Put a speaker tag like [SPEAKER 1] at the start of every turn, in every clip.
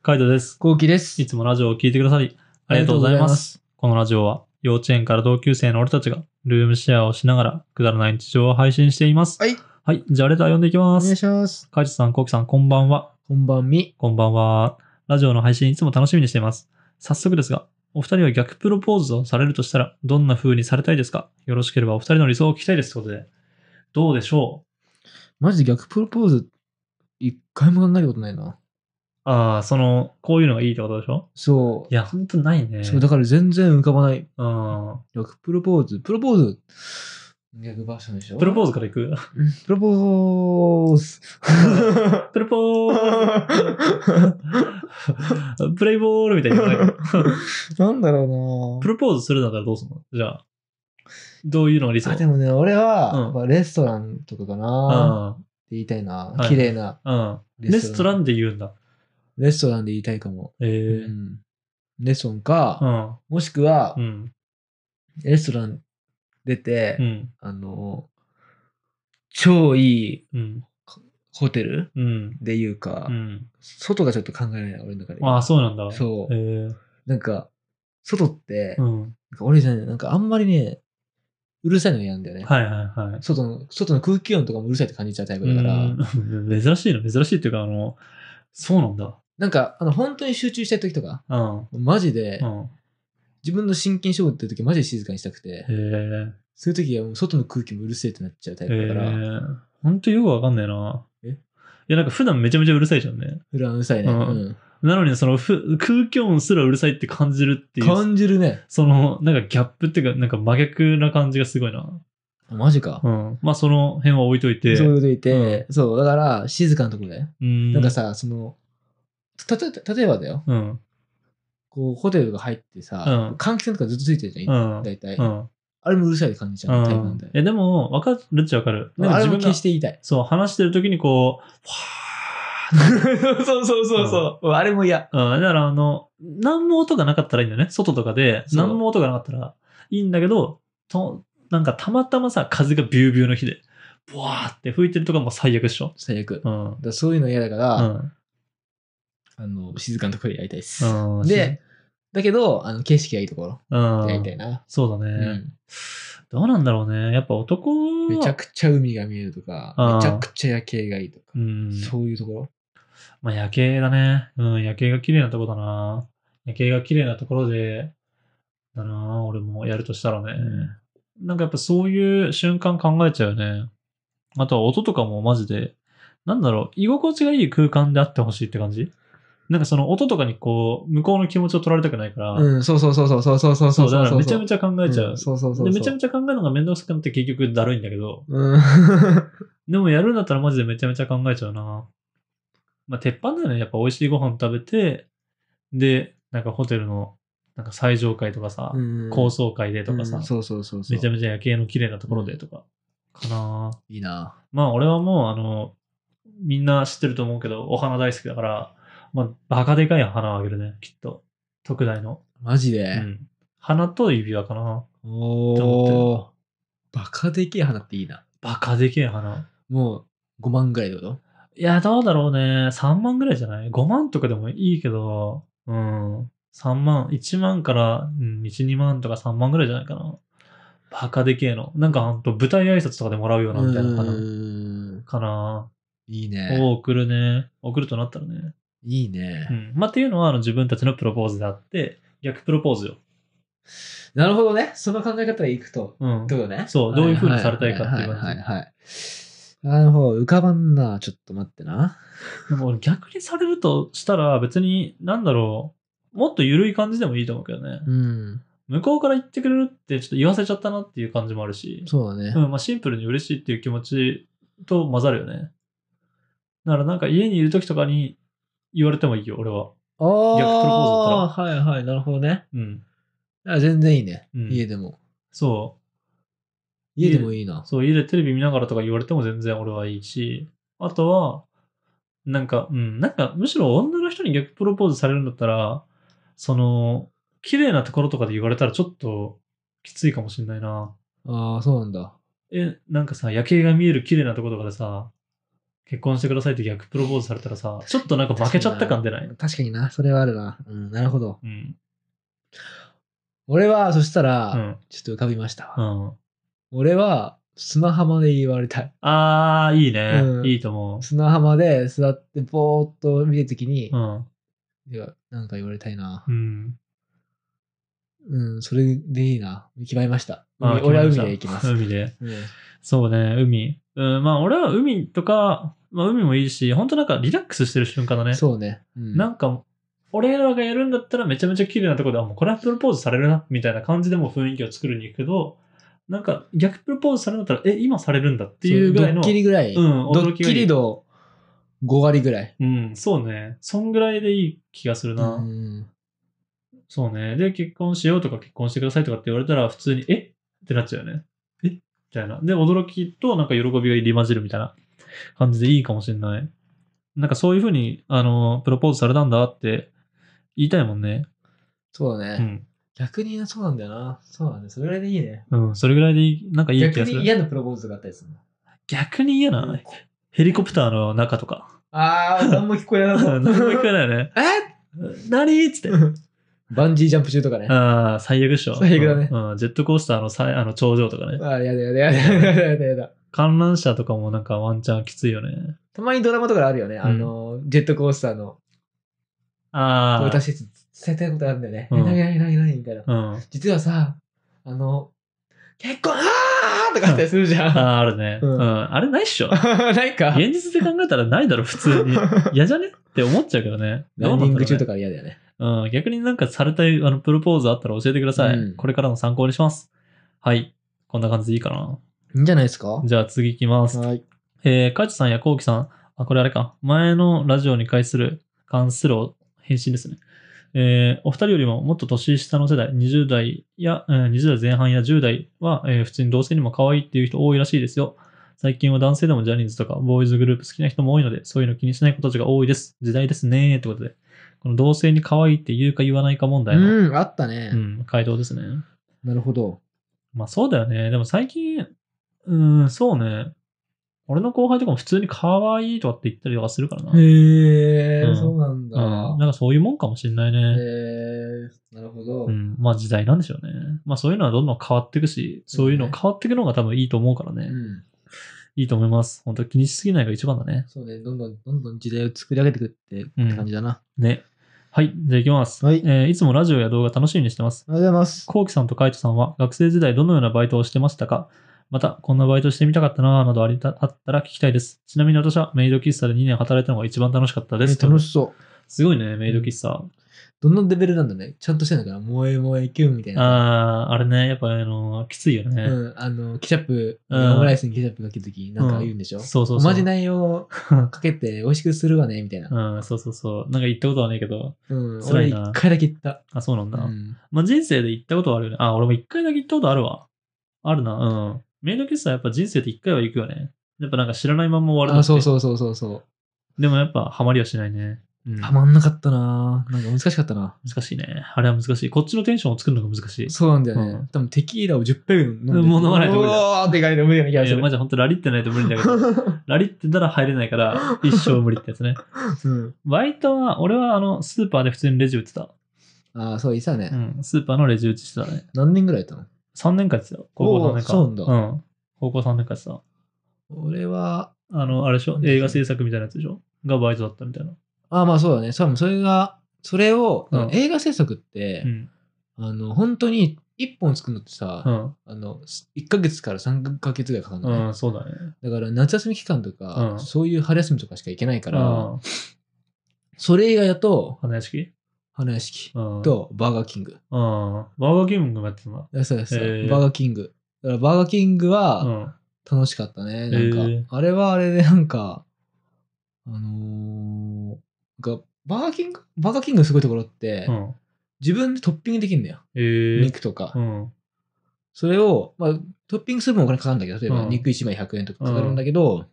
[SPEAKER 1] カイトです。
[SPEAKER 2] こうきです
[SPEAKER 1] い。つもラジオを聞いてくださり、ありがとうございます。このラジオは、幼稚園から同級生の俺たちが、ルームシェアをしながら、くだらない日常を配信しています。
[SPEAKER 2] はい。
[SPEAKER 1] はい、じゃあレター読んでいき
[SPEAKER 2] ありがとうございます。お
[SPEAKER 1] ま
[SPEAKER 2] 願い
[SPEAKER 1] す。
[SPEAKER 2] します。
[SPEAKER 1] カイトさん、コウキさん、こんばんは。
[SPEAKER 2] こんばんみ。
[SPEAKER 1] こんばんは。ラジオの配信いつも楽しみにしています。早速ですが、お二人は逆プロポーズをされるとしたら、どんな風にされたいですかよろしければお二人の理想を聞きたいです。ということで、どうでしょ
[SPEAKER 2] マジで逆プロポーズ、一回も考えたことないな。
[SPEAKER 1] うああ、その、こういうのがいいってことでしょ
[SPEAKER 2] そう。
[SPEAKER 1] いや、ほんとないね。
[SPEAKER 2] そう、だから全然浮かばない。
[SPEAKER 1] うん。
[SPEAKER 2] 逆プロポーズ。プロポーズ。逆バージョンでしょ
[SPEAKER 1] プロポーズからいく
[SPEAKER 2] うんプロポ ーズ。
[SPEAKER 1] プロポーズプレイボールみたいに言わ ない
[SPEAKER 2] なんだろう
[SPEAKER 1] プロポーズするんだったらどうするのじゃあ。どういうのが理想
[SPEAKER 2] なあでもね、俺
[SPEAKER 1] うん
[SPEAKER 2] は、やっぱレストランとかかなって
[SPEAKER 1] う
[SPEAKER 2] 言いたいな
[SPEAKER 1] は。い。
[SPEAKER 2] 綺麗なん
[SPEAKER 1] うん。レストランで言うんだ。
[SPEAKER 2] レストランで言いたいかも。
[SPEAKER 1] ええ
[SPEAKER 2] う。んレストラン
[SPEAKER 1] う
[SPEAKER 2] か、
[SPEAKER 1] ん。
[SPEAKER 2] もしくは
[SPEAKER 1] う、ん。
[SPEAKER 2] レストラン出て、
[SPEAKER 1] うん。
[SPEAKER 2] あの、超いい
[SPEAKER 1] うん。
[SPEAKER 2] ホテル
[SPEAKER 1] うん。
[SPEAKER 2] でいうか、
[SPEAKER 1] うん。
[SPEAKER 2] 外がちょっと考えられない、俺の中で。
[SPEAKER 1] ああ、そうなんだ。う。
[SPEAKER 2] そう。
[SPEAKER 1] ええ。
[SPEAKER 2] なんか、外って、
[SPEAKER 1] うん。
[SPEAKER 2] なんか俺じゃない、なんかあんまりね、うるさいの嫌なんだよね。
[SPEAKER 1] はいはいはい。
[SPEAKER 2] 外の、外の空気音とかもうるさいって感じちゃうタイプだから、
[SPEAKER 1] うん 珍しいの珍しいっていうか、あの、そうなんだ。
[SPEAKER 2] なんか、あの、本当に集中したい時とか、
[SPEAKER 1] うん。
[SPEAKER 2] マジで、
[SPEAKER 1] うん。
[SPEAKER 2] 自分の真剣勝負って時マジで静かにしたくて、
[SPEAKER 1] へえ。
[SPEAKER 2] そういう時はもう外の空気もうるせえってなっちゃうタイ
[SPEAKER 1] ええ
[SPEAKER 2] プだから、
[SPEAKER 1] ほんとよくわかんないな。
[SPEAKER 2] え
[SPEAKER 1] いや、なんか普段めちゃめちゃうるさいじゃんね。
[SPEAKER 2] 普段うるさいね。
[SPEAKER 1] うん
[SPEAKER 2] うん
[SPEAKER 1] なのに、そのふ空気音すらうるさいって感じるっていう、
[SPEAKER 2] 感じるね。
[SPEAKER 1] その、なんかギャップっていうか、なんか真逆な感じがすごいな。
[SPEAKER 2] マジか
[SPEAKER 1] う。ん。まあ、その辺は置いといて。
[SPEAKER 2] そういうこといて、そう、だから静かなとこで。
[SPEAKER 1] うん。
[SPEAKER 2] なんか、さ、その、たと例えばだよ、
[SPEAKER 1] うん。
[SPEAKER 2] こう、ホテルが入ってさ
[SPEAKER 1] うん、
[SPEAKER 2] 換気扇とかずっとついてるじ
[SPEAKER 1] う
[SPEAKER 2] ゃん、
[SPEAKER 1] ん。
[SPEAKER 2] 大体
[SPEAKER 1] う。ん。
[SPEAKER 2] あれもうるさい感じちゃうタイプなんだよ。
[SPEAKER 1] え、でも、わかるっちゃわかる。でも
[SPEAKER 2] あれ
[SPEAKER 1] 自
[SPEAKER 2] も
[SPEAKER 1] 分が。
[SPEAKER 2] 決し、て言いたい
[SPEAKER 1] そう、話してる時にこ
[SPEAKER 2] そうそうそうそう。あれも嫌。
[SPEAKER 1] う、うん、だからあの、何も音がなかったらいいんだよね。外とかで、
[SPEAKER 2] そう
[SPEAKER 1] 何も音がなかったらいいんだけど、と、なんかたまたまさ、風がビュービューの日で、ブワーって吹いてるとかもう最悪でしょ。
[SPEAKER 2] 最悪。だか
[SPEAKER 1] うん。
[SPEAKER 2] らそういうの嫌だか
[SPEAKER 1] う
[SPEAKER 2] ら、
[SPEAKER 1] ん。
[SPEAKER 2] あの、静かなところでやりたいです。
[SPEAKER 1] うん、
[SPEAKER 2] で、だけど、あの、景色がいいところ
[SPEAKER 1] うん
[SPEAKER 2] でやりたいな。
[SPEAKER 1] そうだ
[SPEAKER 2] う
[SPEAKER 1] ね、
[SPEAKER 2] ん
[SPEAKER 1] どうなんだろうね。やっぱ男は
[SPEAKER 2] めちゃくちゃ海が見えるとか、
[SPEAKER 1] うん
[SPEAKER 2] めちゃくちゃ夜景がいいとか
[SPEAKER 1] う、ん。
[SPEAKER 2] そういうところ。
[SPEAKER 1] まあ夜景だね。うん、夜景が綺麗なとこだな。夜景が綺麗なところで、だな、俺もやるとしたらね。なんかやっぱそういう瞬間考えちゃうよね。あとは音とかもマジで、なんだろう、居心地がいい空間であってほしいって感じなんかその音とかにこう、向こうの気持ちを取られたくないから、
[SPEAKER 2] うん、そうそうそうそうそうそうそう
[SPEAKER 1] そ、
[SPEAKER 2] そう
[SPEAKER 1] だ
[SPEAKER 2] う。
[SPEAKER 1] からめちゃめ
[SPEAKER 2] ち
[SPEAKER 1] ちゃ考えちゃう。
[SPEAKER 2] そうそうそうそう。
[SPEAKER 1] で、めちゃめちゃ考えるのが面倒くさくなって結局だるいんだけど、
[SPEAKER 2] うん。
[SPEAKER 1] でもやるんだったらマジでめちゃめちゃ考えちゃうな。まあ、鉄板だよね。やっぱ美味しいご飯食べて、で、なんかホテルのなんか最上階とかさ、
[SPEAKER 2] うん
[SPEAKER 1] 高層階でとかさ、
[SPEAKER 2] うんそうそうそうそう。
[SPEAKER 1] めちゃめちゃ夜景の綺麗なところでとか、かな。
[SPEAKER 2] いいな。
[SPEAKER 1] まあ俺はもうあの、みんな知ってると思うけど、お花大好きだから、まあバカでかい花をあげるね、きっと。特大の。
[SPEAKER 2] マ
[SPEAKER 1] う
[SPEAKER 2] ジで。
[SPEAKER 1] ん。花と指輪かな。
[SPEAKER 2] おお。バカでけえ花っていいな。
[SPEAKER 1] バカでけえ花。
[SPEAKER 2] もう5万ぐらいってこと
[SPEAKER 1] いや、どうだろうね。3万ぐらいじゃない ?5 万とかでもいいけど、うん。3万、1万から、うん、1、2万とか3万ぐらいじゃないかな。バカでけえの。なんかほんと舞台挨拶とかでもらうようなみたいな花
[SPEAKER 2] うーん
[SPEAKER 1] かな。
[SPEAKER 2] いいね。
[SPEAKER 1] を送るね。送るとなったらね。
[SPEAKER 2] いいうね。
[SPEAKER 1] ん。まあ、っていうのはあの自分たちのプロポーズであって、逆プロポーズよ。
[SPEAKER 2] なるほどね。その考え方でいくと。
[SPEAKER 1] うん
[SPEAKER 2] ど。うね。
[SPEAKER 1] そうどういう風にされたいかっていう感じ
[SPEAKER 2] はいはいはいはい。なるほど。浮かばんな。ちょっと待ってな。
[SPEAKER 1] でも俺逆にされるとしたら別に、なんだろう。もっと緩い感じでもいいと思うけどね。
[SPEAKER 2] うん。
[SPEAKER 1] 向こうから言ってくれるってちょっと言わせちゃったなっていう感じもあるし。
[SPEAKER 2] そうだね
[SPEAKER 1] う。ん、まあシンプルに嬉しいっていう気持ちと混ざるよね。だからなんか家にいる時とかに言われてもいいよ、俺は。逆プロポ
[SPEAKER 2] ああ
[SPEAKER 1] ーズだったら
[SPEAKER 2] はいはい。なるほどね。
[SPEAKER 1] うん。
[SPEAKER 2] あ全然いいね。
[SPEAKER 1] うん
[SPEAKER 2] 家でも。
[SPEAKER 1] そ。
[SPEAKER 2] 家でもいいうな。
[SPEAKER 1] そう、家でテレビ見ながらとか言われても全然俺はいいし、あとは、なんか、うん、なんかむしろ女の人に逆プロポーズされるんだったら、その、綺麗なところとかで言われたらちょっときついかもしんないな。
[SPEAKER 2] ああ、そうなんだ。
[SPEAKER 1] え、なんかさ、夜景が見える綺麗なところとかでさ、結婚してくださいって逆プロポーズされたらさ、ちょっとなんか負けちゃった感出ない
[SPEAKER 2] 確かにな、それはあるな。うん、なるほど。
[SPEAKER 1] うん。
[SPEAKER 2] 俺は、そしたら、
[SPEAKER 1] うん。
[SPEAKER 2] ちょっと浮かびましたわ。
[SPEAKER 1] うん。
[SPEAKER 2] 俺は、砂浜で言われたい。
[SPEAKER 1] あー、いいね。
[SPEAKER 2] うん
[SPEAKER 1] いいと思
[SPEAKER 2] 砂浜で座ってぼーっと見てるときに
[SPEAKER 1] う。う、ん。
[SPEAKER 2] いや、なんか言われたいな
[SPEAKER 1] う。ん。
[SPEAKER 2] うん、それでいいな。決まりました。
[SPEAKER 1] あー
[SPEAKER 2] 海俺は海
[SPEAKER 1] 決ま
[SPEAKER 2] で
[SPEAKER 1] り
[SPEAKER 2] 行きま
[SPEAKER 1] した
[SPEAKER 2] す。
[SPEAKER 1] 海で。
[SPEAKER 2] うん
[SPEAKER 1] そうね、海。うん、まあ俺は海とか、まあ海もいいし、本当なんかリラックスしてる瞬間だね。
[SPEAKER 2] そうね。うん
[SPEAKER 1] なんか、俺らがやるんだったらめちゃめちゃ綺麗なとこで、あ、もうこれはプロポーズされるな、みたいな感じでもう雰囲気を作りに行くけど、なんか逆プロポーズされるんだったら、え、今されるんだっていうぐらいの。
[SPEAKER 2] そうドッキリぐらい。
[SPEAKER 1] うん驚
[SPEAKER 2] ドッ
[SPEAKER 1] きがいい
[SPEAKER 2] キリ度5割ぐらい。
[SPEAKER 1] うん、そうね。そんぐらいでいい気がするな。
[SPEAKER 2] うん
[SPEAKER 1] そうね。で、結婚しようとか結婚してくださいとかって言われたら、普通に、えってなっちゃうよね。えみたいな。で、驚きとなんか喜びが入り混じるみたいな感じでいいかもしれない。なんかそういうふうに、あの、プロポーズされたんだって言いたいもんね。
[SPEAKER 2] そうだ
[SPEAKER 1] う
[SPEAKER 2] ね。
[SPEAKER 1] ん。
[SPEAKER 2] 逆にそうなんだよな。そうなんだね。それぐらいでいいね。
[SPEAKER 1] うん、それぐらいでいい、なんかいい気
[SPEAKER 2] 逆
[SPEAKER 1] がす
[SPEAKER 2] に
[SPEAKER 1] る。
[SPEAKER 2] 嫌なプロポーズがあったりするの。
[SPEAKER 1] 逆に嫌な。ヘリコプターの中とか。
[SPEAKER 2] あー、何も聞こえなか
[SPEAKER 1] 何
[SPEAKER 2] っ
[SPEAKER 1] も聞こえ
[SPEAKER 2] た。
[SPEAKER 1] ないよね。
[SPEAKER 2] え
[SPEAKER 1] 何っつって。
[SPEAKER 2] バンジージャンプ 中とかね。あ
[SPEAKER 1] ああ、最悪でしょ。
[SPEAKER 2] 最悪だね
[SPEAKER 1] うん。うんジェットコースターのさいあの頂上とかね。
[SPEAKER 2] ー、やだやだやだやだやだやだ。
[SPEAKER 1] 観覧車とかもなんかワンチャンきついよね。
[SPEAKER 2] たまにドラマとかであるよね。あの、ジェットコースターの。
[SPEAKER 1] ああ。
[SPEAKER 2] 私たち伝えたいことあるんだよね。
[SPEAKER 1] うん
[SPEAKER 2] 何何何何みたいな。
[SPEAKER 1] うん。あ
[SPEAKER 2] 実はさ、あの、結婚、あーとかあったりするじゃん。
[SPEAKER 1] あ、あるね。う。
[SPEAKER 2] うんん
[SPEAKER 1] あれないっしょ。
[SPEAKER 2] なんか、
[SPEAKER 1] 現実で考えたらないだろ、普通 に。嫌じゃねって思っちゃうけどね。
[SPEAKER 2] ランニング中と
[SPEAKER 1] か。
[SPEAKER 2] か嫌だよね。
[SPEAKER 1] うん。逆になんかされたいあのプロポーズあったら教えてください。
[SPEAKER 2] うん
[SPEAKER 1] これからの参考にします。はい。こんな感じでいいかな。
[SPEAKER 2] いいんじゃないですか
[SPEAKER 1] じゃあ次行きます。
[SPEAKER 2] はい。
[SPEAKER 1] えー、カイトさんやコウキさん、あ、これあれか。前のラジオに関する、関する返信ですね。えーお二人よりももっと年下の世代、20代や、えー20代前半や10代は、えー普通に同性にも可愛いっていう人多いらしいですよ。最近は男性でもジャニーズとかボーイズグループ好きな人も多いので、そういうの気にしない子たちが多いです。時代ですね。ってことで、この同性に可愛いって言うか言わないか問題の、
[SPEAKER 2] うん、あったね
[SPEAKER 1] う。ん、回答ですね。
[SPEAKER 2] なるほど。
[SPEAKER 1] まあそうだよね。でも最近、うーん、そうね。俺の後輩とかも普通に可愛いとかって言ったりとかするからな。
[SPEAKER 2] へえ
[SPEAKER 1] うん
[SPEAKER 2] そうなんだ。
[SPEAKER 1] うん。なんかそういうもんかもしれない
[SPEAKER 2] へ
[SPEAKER 1] ね。
[SPEAKER 2] えなるほど。
[SPEAKER 1] うん。まあ時代なんでしょうね。まあそういうのはどんどん変わっていくし、そういうの
[SPEAKER 2] そうね
[SPEAKER 1] 変わっていくのが多分いいと思うからね。
[SPEAKER 2] うん
[SPEAKER 1] いいと思います。本当気にしすぎないが一番だね。
[SPEAKER 2] そうね、どんどんどんどん時代を作り上げてくって
[SPEAKER 1] うん
[SPEAKER 2] 感じだな。
[SPEAKER 1] ね。はい。じゃあ行きます。
[SPEAKER 2] はい
[SPEAKER 1] えーいつもラジオや動画楽しみにしてます。
[SPEAKER 2] ありがとうございます。
[SPEAKER 1] コウキさんとカイトさんは学生時代どのようなバイトをしてましたかまた、こんなバイトしてみたかったなぁなどありたあったら聞きたいです。ちなみに私はメイド喫茶で2年働いたのが一番楽しかったです。
[SPEAKER 2] え楽しそう。
[SPEAKER 1] すごいね、メイド喫茶。
[SPEAKER 2] どんなレベルなんだね。ちゃんとしてんのかな。萌え萌えキュンみたいな。
[SPEAKER 1] あー、あれね、やっぱあの、きついよね。
[SPEAKER 2] うん、あの、ケチャップ、
[SPEAKER 1] うん
[SPEAKER 2] オムライスにケチャップかけるとき、なんか言うんでしょ、
[SPEAKER 1] そうそうそう。
[SPEAKER 2] おまじないをか けて美味しくするわね、みたいな。
[SPEAKER 1] うん、そうそうそう。なんか行ったことはねえけど。
[SPEAKER 2] うん、
[SPEAKER 1] 辛
[SPEAKER 2] 俺
[SPEAKER 1] いな
[SPEAKER 2] 一回だけ行った。
[SPEAKER 1] あ、そうなん
[SPEAKER 2] う
[SPEAKER 1] だ。
[SPEAKER 2] ん、
[SPEAKER 1] まあ人生で行ったことはあるよね。あ、俺も一回だけ行ったことあるわ。あるな。うん。メイド喫茶やっぱ人生で一回は行くよね。やっぱなんか知らないまま終わるの
[SPEAKER 2] あ、
[SPEAKER 1] って
[SPEAKER 2] そうそうそうそうそう。
[SPEAKER 1] でもやっぱハマりはしないね。うん。
[SPEAKER 2] はまんなかったなぁなんか難しかったな
[SPEAKER 1] 難しいね。あれは難しい。こっちのテンションを作るのが難しい。い
[SPEAKER 2] そうなんだよね。
[SPEAKER 1] うん
[SPEAKER 2] 多分テキーラを10杯飲んで。
[SPEAKER 1] もう飲まないと無理だ
[SPEAKER 2] うおーって感じで無理な気
[SPEAKER 1] や
[SPEAKER 2] が
[SPEAKER 1] い
[SPEAKER 2] す
[SPEAKER 1] や、
[SPEAKER 2] る。
[SPEAKER 1] マジで本当ラリってないと無理だけ ど、ラリってたら入れないから、一生無理ってやつね。
[SPEAKER 2] うん、
[SPEAKER 1] バイトは、俺はあの、スーパーで普通にレジ打ってた。
[SPEAKER 2] ああ、そう、いさね、
[SPEAKER 1] うん。スーパーのレジ打ちしてたね。
[SPEAKER 2] 何年ぐらいやったの
[SPEAKER 1] 3年間やってたよ。高校3年間。
[SPEAKER 2] おーそうなん
[SPEAKER 1] うん。高校3年間やってた。
[SPEAKER 2] 俺は、
[SPEAKER 1] あの、あれでしょ映画制作みたいなやつでしょがバイトだったみたいな。
[SPEAKER 2] ああ、まあそうだね。そう、それが、それを、
[SPEAKER 1] うん
[SPEAKER 2] 映画制作って
[SPEAKER 1] う、ん。
[SPEAKER 2] あの、本当に1本作るのってさ、
[SPEAKER 1] うん。
[SPEAKER 2] あの、1ヶ月から3ヶ月ぐらいかかるのね、
[SPEAKER 1] うん、そうだね。
[SPEAKER 2] だから夏休み期間とか、
[SPEAKER 1] うん
[SPEAKER 2] そういう春休みとかしか行けないか、
[SPEAKER 1] から
[SPEAKER 2] それ以外だと、
[SPEAKER 1] 花屋敷
[SPEAKER 2] 花屋敷
[SPEAKER 1] うん。
[SPEAKER 2] とバーガーキング。
[SPEAKER 1] うん。バーガーキングもやってたな。
[SPEAKER 2] いやそうです、そう
[SPEAKER 1] へー
[SPEAKER 2] バーガーキング。だからバーガーキング
[SPEAKER 1] う
[SPEAKER 2] は
[SPEAKER 1] ん。
[SPEAKER 2] 楽しかったね。なんか、
[SPEAKER 1] へー
[SPEAKER 2] あれはあれでなんか、あのー、なんかバーガーキングバーガーキングのすごいところって、
[SPEAKER 1] うん。
[SPEAKER 2] 自分でトッピングできるんだよ。
[SPEAKER 1] えー。
[SPEAKER 2] 肉とか。
[SPEAKER 1] うん。
[SPEAKER 2] それを、まあ、トッピングする分お金かかるんだけど、例えば
[SPEAKER 1] うん
[SPEAKER 2] 肉1枚100円とかかかるんだけど、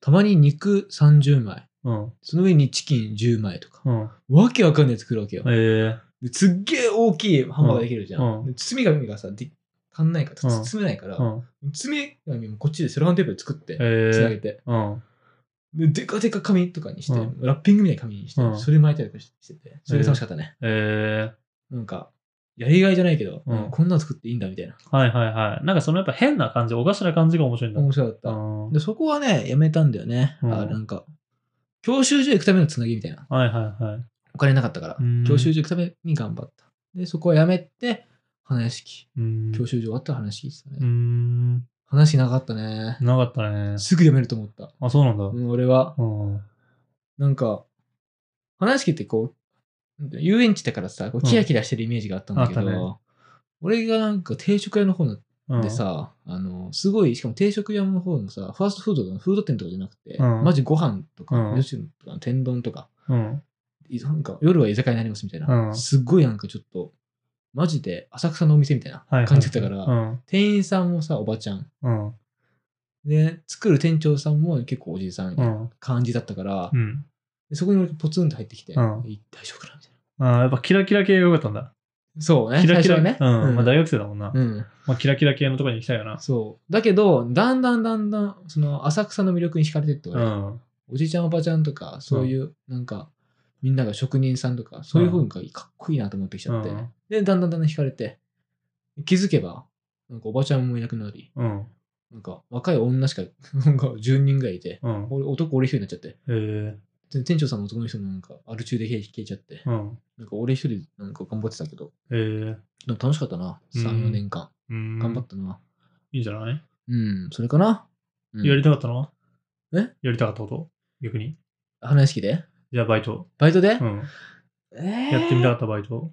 [SPEAKER 2] たまに肉30枚。
[SPEAKER 1] うん。
[SPEAKER 2] その上にチキン10枚とか。
[SPEAKER 1] うん。
[SPEAKER 2] わけわかんないやつ作るわけよ。
[SPEAKER 1] え
[SPEAKER 2] ですっげえ大きいハンバーガーできるじゃん。
[SPEAKER 1] うん
[SPEAKER 2] で包み紙がさ、で足んないから、
[SPEAKER 1] うん
[SPEAKER 2] 包めないから、
[SPEAKER 1] ー。うん。
[SPEAKER 2] 爪紙もこっちでセロハンテープで作って、
[SPEAKER 1] え
[SPEAKER 2] つな
[SPEAKER 1] ー
[SPEAKER 2] げ。て。
[SPEAKER 1] うん。
[SPEAKER 2] ででかでか紙とかにして、
[SPEAKER 1] うん
[SPEAKER 2] ラッピングみたいな紙にして、
[SPEAKER 1] うん
[SPEAKER 2] それ巻いたりとかしてて、それが楽しかったね。
[SPEAKER 1] え
[SPEAKER 2] なんか、やりがいじゃないけど、
[SPEAKER 1] うん
[SPEAKER 2] こんなの作っていいんだみたいな。
[SPEAKER 1] ー、はいはいはい。なんかそのやっぱ変な感じ、おかしな感じが面白いんだ。
[SPEAKER 2] 面白かっ
[SPEAKER 1] う
[SPEAKER 2] た。
[SPEAKER 1] ん
[SPEAKER 2] で、そこはね、やめたんだよね。
[SPEAKER 1] うん
[SPEAKER 2] あなんか、教習所行くためのつなぎみたいな。
[SPEAKER 1] はいはいはい。
[SPEAKER 2] お金なかったから
[SPEAKER 1] うん、
[SPEAKER 2] 教習所行くために頑張った。で、そこはやめて、花屋敷。
[SPEAKER 1] うん。
[SPEAKER 2] 教習所終わったら花屋敷行ってたね。
[SPEAKER 1] うん。
[SPEAKER 2] 話なかったね。
[SPEAKER 1] なかったね。
[SPEAKER 2] すぐやめると思った。
[SPEAKER 1] あ、そうなんだ。
[SPEAKER 2] うん、俺は、
[SPEAKER 1] うん。
[SPEAKER 2] なんか、花屋敷ってこう、なんていうの遊園地だからさ、こう
[SPEAKER 1] うん
[SPEAKER 2] キラキラしてるイメージがあったんだけど、
[SPEAKER 1] あったね
[SPEAKER 2] 俺がなんか定食屋の方
[SPEAKER 1] うん
[SPEAKER 2] で、さ、あの、すごい、しかも定食屋の方のさ、ファーストフードのフード店とかじゃなくて、
[SPEAKER 1] うん
[SPEAKER 2] マジご飯とか、
[SPEAKER 1] うん
[SPEAKER 2] 味噌汁とか、天丼とか、
[SPEAKER 1] うん。
[SPEAKER 2] いなんか夜は居酒屋になりますみたいな、
[SPEAKER 1] うん
[SPEAKER 2] すっごいなんかちょっと、マジで浅草のお店みたいな
[SPEAKER 1] はいはい
[SPEAKER 2] 感じだったから、
[SPEAKER 1] うん。
[SPEAKER 2] 店員さんもさ、おばちゃん。
[SPEAKER 1] うん。
[SPEAKER 2] で、作る店長さんも結構おじいさんみた
[SPEAKER 1] う。
[SPEAKER 2] いなん感じだったから、
[SPEAKER 1] うん。
[SPEAKER 2] でそこに俺ポツンと入ってきて、
[SPEAKER 1] うん
[SPEAKER 2] い大丈夫かなみたい
[SPEAKER 1] あーやっぱキラキラ系が良かったんだ。
[SPEAKER 2] な。そうね、
[SPEAKER 1] キラキラ。
[SPEAKER 2] 最初
[SPEAKER 1] う
[SPEAKER 2] はね。
[SPEAKER 1] ん。まあ大学生だもんな。
[SPEAKER 2] うん
[SPEAKER 1] まあキラキラ系のとこに行きたいよな。
[SPEAKER 2] そう。だけど、だんだんだんだん、その浅草の魅力に惹かれてって、
[SPEAKER 1] う
[SPEAKER 2] 俺
[SPEAKER 1] ん。
[SPEAKER 2] おじいちゃんおばちゃんとか、そういう、なんか、みんなが職人さんとか、そういう風がかっこいいなと思ってきちゃって、
[SPEAKER 1] うん
[SPEAKER 2] で、だんだんだんだん惹かれて、気づけば、なんかおばちゃんもいなくなり、
[SPEAKER 1] うん。
[SPEAKER 2] なんか若い女しか、なんか10人ぐらいいて、
[SPEAKER 1] うん。
[SPEAKER 2] 俺男俺一人になっちゃって、
[SPEAKER 1] へえ。
[SPEAKER 2] で店長さんの男の人もなんか、アル中で消え消えちゃって、
[SPEAKER 1] うん。
[SPEAKER 2] なんか俺一人なんか頑張ってたけど、
[SPEAKER 1] へえ。
[SPEAKER 2] でも楽しかったな、3、
[SPEAKER 1] うん
[SPEAKER 2] 4年間。
[SPEAKER 1] うん。
[SPEAKER 2] 頑張ったな。
[SPEAKER 1] いいんじゃない
[SPEAKER 2] うん、それかな。うん
[SPEAKER 1] やりたかったの
[SPEAKER 2] え
[SPEAKER 1] やりたかったこと逆に。
[SPEAKER 2] 花屋敷で
[SPEAKER 1] じゃあバイト。
[SPEAKER 2] バイトで、
[SPEAKER 1] うん。
[SPEAKER 2] えー
[SPEAKER 1] やってみたかったバイト。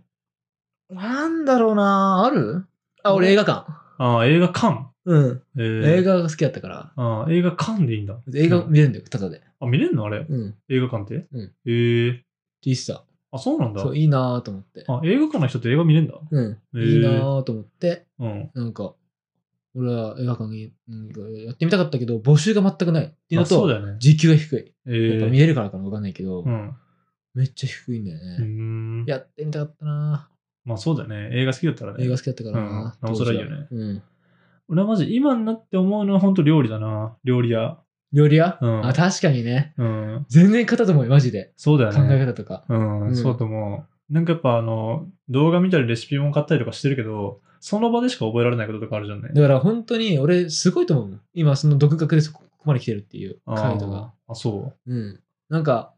[SPEAKER 2] なんだろうなあるあ、俺映画館。
[SPEAKER 1] ああ、映画館。
[SPEAKER 2] うん。
[SPEAKER 1] え
[SPEAKER 2] 映
[SPEAKER 1] ー。
[SPEAKER 2] 画が好きだったから、
[SPEAKER 1] ああ、映画館でいいんだ。
[SPEAKER 2] 映画
[SPEAKER 1] うん
[SPEAKER 2] 見れるんだよ、ただで。
[SPEAKER 1] あ、見れんのあれ。
[SPEAKER 2] うん。
[SPEAKER 1] 映画館って。
[SPEAKER 2] うん。
[SPEAKER 1] へえ。
[SPEAKER 2] いいっすさ。
[SPEAKER 1] あ、そうなんだ
[SPEAKER 2] そ。う、いいなぁと思って。
[SPEAKER 1] あ、映画館の人って映画見れんだ。
[SPEAKER 2] うん。
[SPEAKER 1] へー
[SPEAKER 2] いいなぁと思って、
[SPEAKER 1] うん。
[SPEAKER 2] なんか、俺は映画館にうんやってみたかったけど、募集が全くないっていう
[SPEAKER 1] まあ
[SPEAKER 2] の
[SPEAKER 1] そう
[SPEAKER 2] と、
[SPEAKER 1] だよね。
[SPEAKER 2] 時給が低
[SPEAKER 1] え
[SPEAKER 2] い。やっぱ
[SPEAKER 1] ー
[SPEAKER 2] 見れるからかなわかんないけど、
[SPEAKER 1] うん。
[SPEAKER 2] めっちゃ低いんだよね。
[SPEAKER 1] うーん。
[SPEAKER 2] やってみたかったな
[SPEAKER 1] まあそうだよね。映画好きだったら
[SPEAKER 2] ぁ映
[SPEAKER 1] ね
[SPEAKER 2] 画。好きだったからな
[SPEAKER 1] うんなおさらいいよね
[SPEAKER 2] 当時はうん。
[SPEAKER 1] 俺はマジ今になって思うのは本当料理だな。料理屋。
[SPEAKER 2] 料理屋、
[SPEAKER 1] うん
[SPEAKER 2] あ、確かにね。
[SPEAKER 1] うん。
[SPEAKER 2] 全然方と思うよ、マジで。
[SPEAKER 1] そうだよ
[SPEAKER 2] 考
[SPEAKER 1] ね。
[SPEAKER 2] え方とか。
[SPEAKER 1] うん、
[SPEAKER 2] うん
[SPEAKER 1] そうだと思う。なんかやっぱあの、動画見たりレシピ本買ったりとかしてるけど、その場でしか覚えられないこととかあるじゃんね。
[SPEAKER 2] だから本当に俺すごいと思うもん。今その独学でそこここまで来てるっていう
[SPEAKER 1] あ
[SPEAKER 2] 回
[SPEAKER 1] ー
[SPEAKER 2] とか。
[SPEAKER 1] あ、そ
[SPEAKER 2] うん。なんか、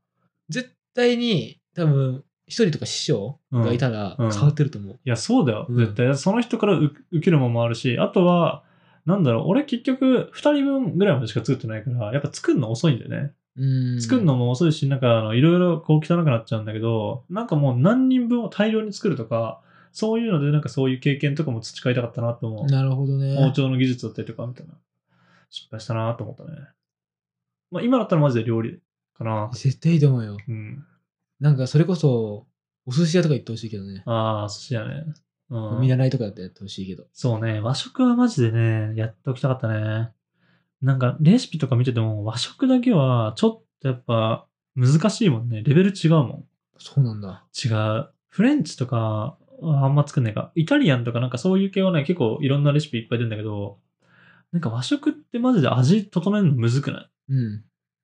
[SPEAKER 2] 絶対に多分一人とか師匠がいたら
[SPEAKER 1] う
[SPEAKER 2] 変
[SPEAKER 1] ん
[SPEAKER 2] わってると思う。
[SPEAKER 1] う。いや、そうだよ。
[SPEAKER 2] うん
[SPEAKER 1] 絶対。その人から受受けるもんもあるし、あとは、なんだろう、俺結局2人分ぐらいまでしか作ってないから、やっぱ作るの遅いんだよね。
[SPEAKER 2] うん。
[SPEAKER 1] 作るのも遅いし、なんかあの、いろいろこう汚くなっちゃうんだけど、なんかもう何人分を大量に作るとか、そういうのでなんかそういう経験とかも培いたかったなと思う。
[SPEAKER 2] なるほど
[SPEAKER 1] 包
[SPEAKER 2] ね。
[SPEAKER 1] 丁の技術だったりとかみたいな。失敗したなと思ったね。まあ今だったらマジで料理かな。
[SPEAKER 2] 絶対いいと思うよ。
[SPEAKER 1] うん。
[SPEAKER 2] なんかそれこそ、お寿司屋とか行ってほしいけどね。
[SPEAKER 1] ああ、寿司やね。う
[SPEAKER 2] 見
[SPEAKER 1] ん。
[SPEAKER 2] 習いとかだってやってほしいけど。
[SPEAKER 1] そうね。和食はマジでね、やっておきたかったね。なんかレシピとか見てても和食だけはちょっとやっぱ難しいもんね。レベル違うもん。
[SPEAKER 2] そうなんだ。
[SPEAKER 1] 違う。フレンチとか、ああんま作んないか。イタリアンとかなんかそういう系はね、結構いろんなレシピいっぱい出るんだけど、なんか和食ってマジで味整えるのむずくない
[SPEAKER 2] うん。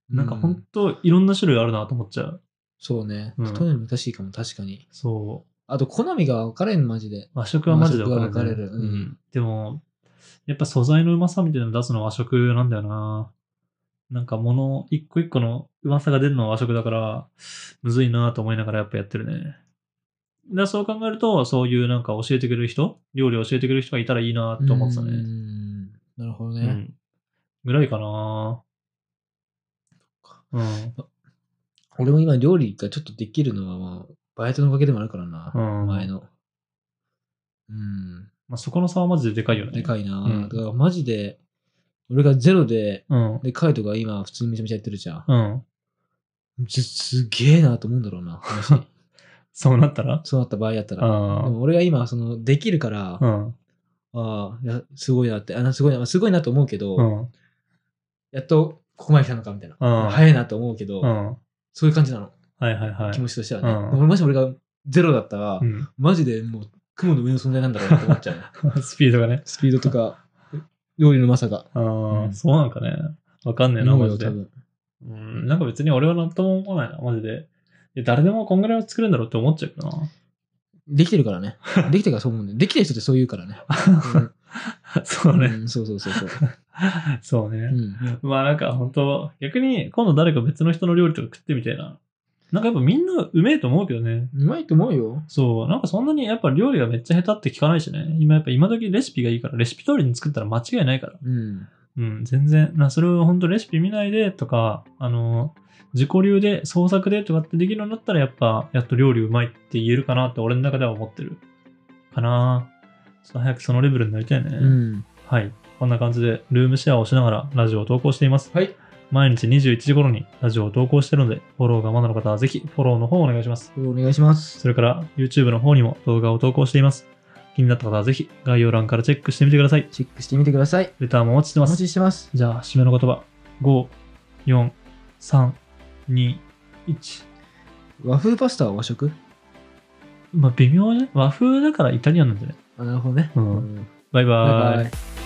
[SPEAKER 1] なんかほ
[SPEAKER 2] うん
[SPEAKER 1] といろんな種類あるなと思っちゃう。
[SPEAKER 2] そうね。
[SPEAKER 1] うん
[SPEAKER 2] 太るの難しいかも、確かに。
[SPEAKER 1] そ
[SPEAKER 2] あと、好みが分かれんの、マジで。
[SPEAKER 1] う。和食はマジで
[SPEAKER 2] 和食は分かれる
[SPEAKER 1] う
[SPEAKER 2] うん
[SPEAKER 1] ん。でも、やっぱ素材のうまさみたいなの出すのは和食なんだよな。なんか物一個一個のうまさが出るのは和食だから、むずいなと思いながらやっぱやってるね。だからそう考えると、そういうなんか教えてくれる人、料理を教えてくれる人がいたらいいなと思ってた
[SPEAKER 2] う
[SPEAKER 1] ね。
[SPEAKER 2] ん。なるほど
[SPEAKER 1] う
[SPEAKER 2] ね。
[SPEAKER 1] ん。ぐらいかなうん。
[SPEAKER 2] 俺も今料理がちょっとできるのは、まあ、バイトのおかげでもあるからな、
[SPEAKER 1] うん
[SPEAKER 2] 前の。うん、
[SPEAKER 1] まあ、そこの差はマジででかいよね。
[SPEAKER 2] でかいな、
[SPEAKER 1] うん
[SPEAKER 2] だからマジで、俺がゼロで、
[SPEAKER 1] うん。
[SPEAKER 2] で、カイトが今普通にめちゃめちゃやってるじゃん。
[SPEAKER 1] うん。
[SPEAKER 2] すすげえなと思うんだろうな、もし
[SPEAKER 1] そうなったら
[SPEAKER 2] そうなった場合やったら。で
[SPEAKER 1] あ
[SPEAKER 2] も俺が今、その、できるから、
[SPEAKER 1] あ。う
[SPEAKER 2] あ
[SPEAKER 1] ん。
[SPEAKER 2] あ、いやすごいなって、あすごいな、すごいなと思うけど、
[SPEAKER 1] うん。
[SPEAKER 2] やっとここまで来たのかみたいな。
[SPEAKER 1] うん
[SPEAKER 2] 早いなと思うけど、
[SPEAKER 1] うん。
[SPEAKER 2] そういう感じなの、
[SPEAKER 1] はいはいはい。
[SPEAKER 2] 気持ちとしてはね。
[SPEAKER 1] うん
[SPEAKER 2] でももし俺がゼロだったら、
[SPEAKER 1] うん
[SPEAKER 2] マジでもう雲の上の存在なんだろうなって思っちゃう ね。
[SPEAKER 1] スピードがね。
[SPEAKER 2] スピードとか、料理のまさが。
[SPEAKER 1] ああ、
[SPEAKER 2] うん
[SPEAKER 1] そうなんかね。わかんねえな、
[SPEAKER 2] 思う
[SPEAKER 1] マ
[SPEAKER 2] よ
[SPEAKER 1] ジで
[SPEAKER 2] 多。分
[SPEAKER 1] うん、なんか別に俺は納得も思わないな、マジで。いや誰でもこんぐらいは作れるんだろうって思っちゃうけどな。
[SPEAKER 2] できてるか らね。できてるからそう思うんだよ。できてる人ってそう言うからね。うん
[SPEAKER 1] そうね。
[SPEAKER 2] うんそうそうそうそう。
[SPEAKER 1] そう
[SPEAKER 2] う
[SPEAKER 1] ね。
[SPEAKER 2] ん
[SPEAKER 1] まあなんか本当逆に今度誰か別の人の料理とか食ってみたいな。なんかやっぱみんなうめえと思うけどね。
[SPEAKER 2] うまいと思うよ。
[SPEAKER 1] そう。なんかそんなにやっぱ料理がめっちゃ下手って聞かないしね。今やっぱ今時レシピがいいから、レシピ通りに作ったら間違いないから。
[SPEAKER 2] うん。
[SPEAKER 1] うん、全然。なそれを本当レシピ見ないでとか、あの、自己流で創作でとかってできるようになったらやっぱ、やっと料理うまいって言えるかなって俺の中では思ってる。かなちょっと早くそのレベルになりたいね。
[SPEAKER 2] うん。
[SPEAKER 1] はい。こんな感じで、ルームシェアをしながらラジオを投稿しています。
[SPEAKER 2] はい。
[SPEAKER 1] 毎日21時頃にラジオを投稿してるので、フォローがまだの方はぜひフォローの方をお願いします。
[SPEAKER 2] お願いします。
[SPEAKER 1] それから YouTube の方にも動画を投稿しています。気になった方はぜひ概要欄からチェックしてみてください。
[SPEAKER 2] チェックしてみてください。
[SPEAKER 1] レターもお待ちして
[SPEAKER 2] お
[SPEAKER 1] ます
[SPEAKER 2] 待。ちしてます。
[SPEAKER 1] じゃあ、締めの言葉。5、4、3、2、1。
[SPEAKER 2] 和風パスタは和食
[SPEAKER 1] まあ、微妙ね。和風だからイタリアンなんじゃない
[SPEAKER 2] あ、なるほどね。
[SPEAKER 1] うん
[SPEAKER 2] うん
[SPEAKER 1] バイバイ。
[SPEAKER 2] バイバイ。